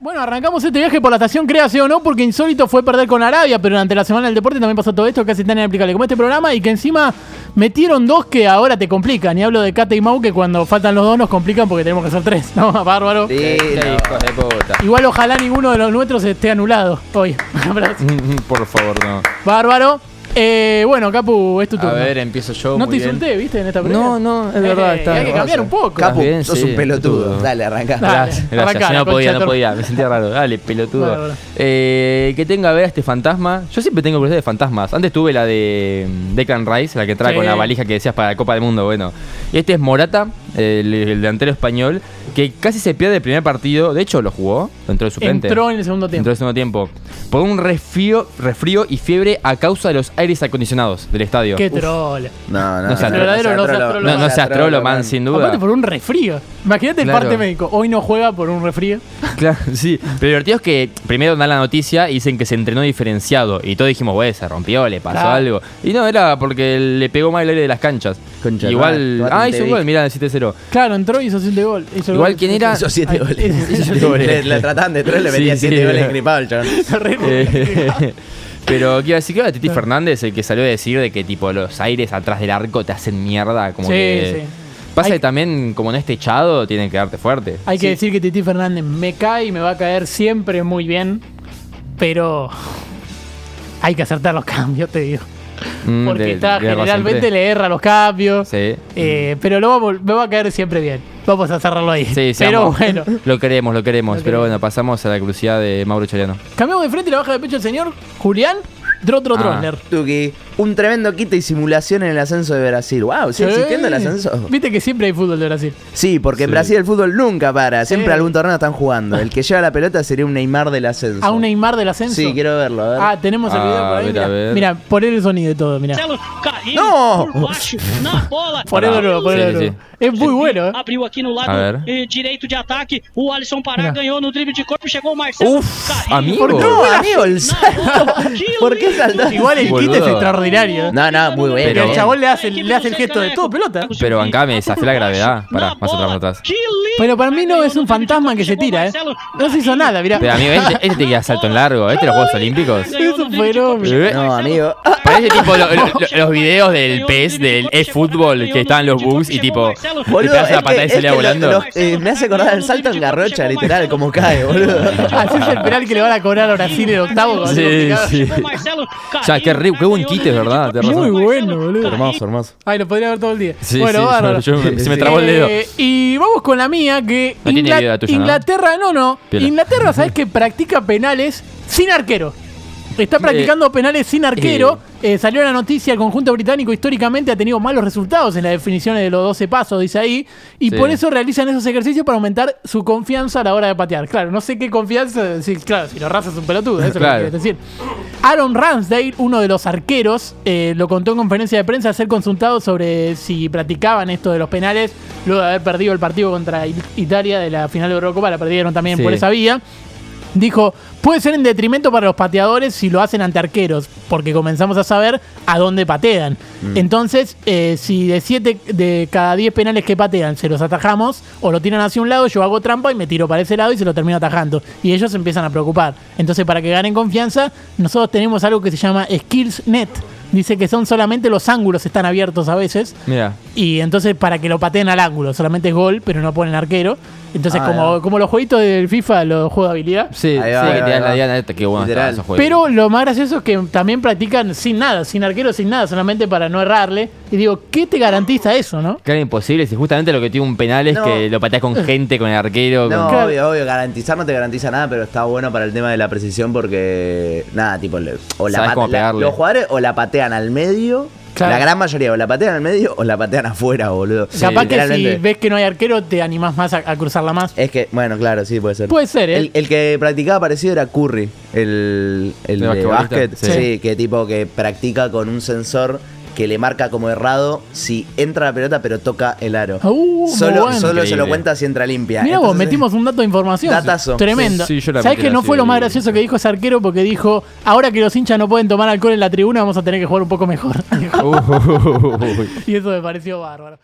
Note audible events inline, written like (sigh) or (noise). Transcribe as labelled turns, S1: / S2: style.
S1: Bueno, arrancamos este viaje por la estación Créase o no, porque insólito fue perder con Arabia, pero durante la semana del deporte también pasó todo esto, casi tan inaplicable como este programa, y que encima metieron dos que ahora te complican. Y hablo de Cata y Mau, que cuando faltan los dos nos complican porque tenemos que hacer tres, ¿no? (laughs) Bárbaro.
S2: Sí, no.
S3: hijos de puta.
S1: Igual ojalá ninguno de los nuestros esté anulado hoy. (laughs) Abrazo.
S3: (laughs) Por favor, no.
S1: Bárbaro. Eh, bueno, Capu, es tu turno.
S3: A ver, empiezo yo.
S1: no te
S3: muy bien.
S1: insulté, ¿viste? En esta primera.
S4: No, no, es
S1: Eh,
S4: verdad. está-
S1: hay que cambiar un poco.
S2: Capu,
S3: bien,
S2: sos
S3: sí,
S2: un pelotudo.
S3: pelotudo.
S2: Dale, arrancá.
S1: Dale.
S3: Gracias, gracias.
S1: Arrancá, la
S3: no podía,
S1: concha
S3: no
S1: de
S3: podía, me sentía raro. Dale, pelotudo.
S1: Bárbaro.
S3: Eh, que tenga a ver a este fantasma. Yo siempre tengo curiosidad de fantasmas. Antes tuve la de mm, Declan Rice, la que trae
S1: Sí.
S3: con la valija que decías para la Copa del Mundo. Bueno, y este es Morata, el, el delantero español, que casi se pierde el primer partido. De hecho, lo jugó, entró de suplente.
S1: Entró en el segundo tiempo.
S3: Entró en segundo tiempo. Por un resfrío, resfrío y fiebre a causa de los aires acondicionados del estadio.
S1: Qué troll.
S2: No, no,
S3: No sea
S1: verdadero, no sea
S2: astrolo-
S1: astrolo-
S3: no, no se astrolo, man, sin duda.
S1: Aparte por un refrío. Imagínate
S3: Claro.
S1: el parte médico. Hoy no juega por un refrío.
S3: (laughs) Claro, sí. Pero lo divertido es que primero dan la noticia y dicen que se entrenó diferenciado. Y todos dijimos, güey, se rompió, le pasó
S1: Claro.
S3: algo. Y no, era porque le pegó mal el aire de las canchas.
S2: Concha,
S3: Igual.
S2: no, no,
S3: ah,
S2: no
S3: hizo
S2: te
S3: un
S2: vi.
S3: gol, mirá, el
S1: (laughs)
S3: 7-0.
S1: Claro, entró y hizo siete gol. Hizo el
S3: Igual,
S1: gol.
S3: ¿quién era?
S2: Hizo siete
S1: Ay, (laughs)
S2: goles.
S1: hizo
S3: siete goles.
S2: Le, le trataban de tres, le
S3: Sí,
S2: metían
S3: sí.
S2: siete goles gripado el chabón.
S1: Re-
S3: (laughs) Eh, Pero quiero decir que era Titi Fernández el que salió a decir de que tipo los aires atrás del arco te hacen mierda. Como
S1: Sí,
S3: que.
S1: sí.
S3: Pasa
S1: Hay-
S3: que también, como no es techado, tienen que darte fuerte.
S1: Hay que decir que Titi Fernández me cae y me va a caer siempre muy bien. Pero hay que acertar los cambios, te digo.
S3: Mm,
S1: Porque
S3: de-
S1: está,
S3: de razón,
S1: generalmente
S3: sí.
S1: le erra los cambios.
S3: Sí.
S1: (laughs) Eh, pero lo vamos, me va a caer siempre bien. Vamos a cerrarlo ahí.
S3: Sí,
S1: pero
S3: seamos-
S1: bueno.
S3: (laughs) Lo queremos, lo queremos.
S1: Lo
S3: pero
S1: queremos.
S3: bueno, pasamos a la crucidad de Mauro Choriano.
S1: Cambiamos de frente y la baja de pecho el señor Julián Drotro
S3: Ah.
S1: Trotler.
S2: Tuki, un tremendo quite y simulación en el ascenso de Brasil. Wow, ¿sigue existiendo el ascenso?
S1: Viste que siempre hay fútbol de Brasil.
S2: Sí, porque en
S3: Sí.
S2: Brasil el fútbol nunca para. Siempre
S1: Sí.
S2: algún torneo están jugando. El que lleva la pelota sería un Neymar del ascenso.
S1: A un Neymar del ascenso.
S2: Sí, quiero verlo. A ver.
S1: Ah, tenemos el video
S3: Ah,
S1: por
S3: a
S1: ahí.
S3: ver, a
S1: Mira,
S3: ver.
S1: mira poner el sonido de todo, mira.
S5: Marcelo carrinho
S2: Não!
S5: por baixo na bola.
S1: Poner de nuevo, poner de
S3: Sí, sí,
S1: nuevo. Es muy bueno, eh.
S5: Abriu aqui no
S3: A ver.
S5: lado eh, direito de ataque. O Alisson Pará
S1: Mira.
S5: ganhou no drible de corpo. Chegou o Marcelo.
S3: Uf,
S5: Carrinho.
S3: amigo.
S2: No, amigo, el salto.
S1: (laughs)
S2: ¿Por qué saltó?
S1: Igual el
S3: Boludo.
S1: kit es extraordinario.
S2: No, no, muy bueno.
S3: Pero-
S1: el chabón le hace, le hace el gesto de todo (laughs) pelota.
S3: Pero bancame, desafié la gravedad. Pará, más atrás, más atrás.
S1: Pero para mí no es un fantasma que se tira, eh. No se hizo nada, mirá.
S3: Pero amigo, este, este te queda salto en largo. ¿Este los Juegos Olímpicos?
S1: Es un fenómeno.
S3: Eh,
S2: No, amigo. Ah,
S3: Parece
S2: (laughs)
S3: tipo lo- lo- lo- los videos del PES, del eFootball, que estaban los bugs y tipo.
S2: Boludo,
S3: te pegas la
S2: es que-
S3: patada y
S2: es
S3: salía
S2: que
S3: volando.
S2: los- los- eh, me hace acordar el salto en garrocha, literal, como cae, boludo.
S1: Así es el penal que le van a cobrar a Brasil en octavo. con
S3: Sí,
S1: el-
S3: sí.
S2: (laughs)
S3: O sea, qué, re- qué buen quite, ¿verdad? Tenés razón.
S1: Muy bueno, boludo.
S3: Hermoso, hermoso.
S1: Ay, lo podría ver todo el día.
S3: Sí,
S1: bueno,
S3: sí,
S1: bárbaro.
S3: yo me- se me trabó el dedo.
S1: Eh, y vamos con la mía, que
S3: No tiene
S1: Ingla-
S3: video la tuya, ¿no?
S1: Inglaterra, no, no.
S3: Piola.
S1: Inglaterra, ¿sabes que practica penales sin arquero?
S3: Eh,
S1: Está practicando penales sin arquero. Eh, salió la noticia, el conjunto británico históricamente ha tenido malos resultados en las definiciones de los 12 pasos, dice ahí. Y
S3: Sí.
S1: por eso realizan esos ejercicios para aumentar su confianza a la hora de patear. Claro, no sé qué confianza. sí, claro, si lo razas es un pelotudo, eso
S3: Claro.
S1: es lo que quieres decir. Aaron Ramsdale, uno de los arqueros, eh, lo contó en conferencia de prensa al ser consultado sobre si practicaban esto de los penales, luego de haber perdido el partido contra I- Italia de la final de Eurocopa, la perdieron también
S3: Sí.
S1: por esa vía. Dijo, puede ser en detrimento para los pateadores si lo hacen ante arqueros, porque comenzamos a saber a dónde patean.
S2: Mm.
S1: Entonces, eh, si de 7 de cada 10 penales que patean se los atajamos o lo tiran hacia un lado, yo hago trampa y me tiro para ese lado y se lo termino atajando. Y ellos se empiezan a preocupar. Entonces, para que ganen confianza, nosotros tenemos algo que se llama SkillsNet. Dice que son solamente los ángulos están abiertos a veces
S3: Mira.
S1: y entonces para que lo pateen al ángulo, solamente es gol, pero no ponen arquero. Entonces,
S2: Ah,
S1: como,
S2: ya.
S1: como los jueguitos del FIFA, los juegos de habilidad.
S3: Sí, sí,
S2: Ahí va, ahí
S3: que
S2: va,
S3: te dan la
S2: ahí va.
S3: diana esta. Qué bueno
S2: Literal.
S3: estaban esos juegos.
S1: Pero lo más gracioso es que también practican sin nada, sin arquero, sin nada, solamente para no errarle. Y digo, ¿qué te garantiza eso, no?
S3: Claro, imposible. Si justamente lo que tiene un penal es
S2: No.
S3: que lo
S2: (laughs)
S3: pateas con gente, con el arquero.
S2: No,
S3: con-
S1: (laughs) Claro.
S2: obvio, obvio, garantizar no te garantiza nada, pero está bueno para el tema de la precisión porque nada, tipo le- o la,
S3: Sabes
S2: pat-
S3: cómo
S2: la-
S3: pegarle.
S2: los jugadores o la patean al medio,
S1: Claro.
S2: la gran mayoría o la patean al medio o la patean afuera, boludo.
S1: Capaz que si
S2: Literalmente.
S1: ves que no hay arquero, te animás más a, a cruzarla más.
S2: es que bueno, claro, sí puede ser.
S1: Puede ser, ¿eh?
S2: El, el que practicaba parecido era Curry, el, el de,
S3: De basquetbolista.
S2: básquet,
S3: Sí.
S2: sí. que tipo que practica con un sensor que le marca como errado si entra la pelota pero toca el aro.
S1: Uh, muy
S2: solo
S1: bueno.
S2: solo se
S3: Increíble.
S2: lo cuenta si entra limpia.
S1: Mira vos,
S2: Entonces-
S1: metimos un dato de información.
S2: Datazo.
S1: Tremendo.
S3: Sí, sí, yo la
S1: ¿Sabés
S3: metí
S1: que no
S3: así.
S1: fue lo más gracioso que dijo ese arquero? Porque dijo, ahora que los hinchas no pueden (laughs) tomar alcohol en la tribuna, vamos a tener que jugar un poco mejor.
S3: Uy.
S1: y eso me pareció bárbaro.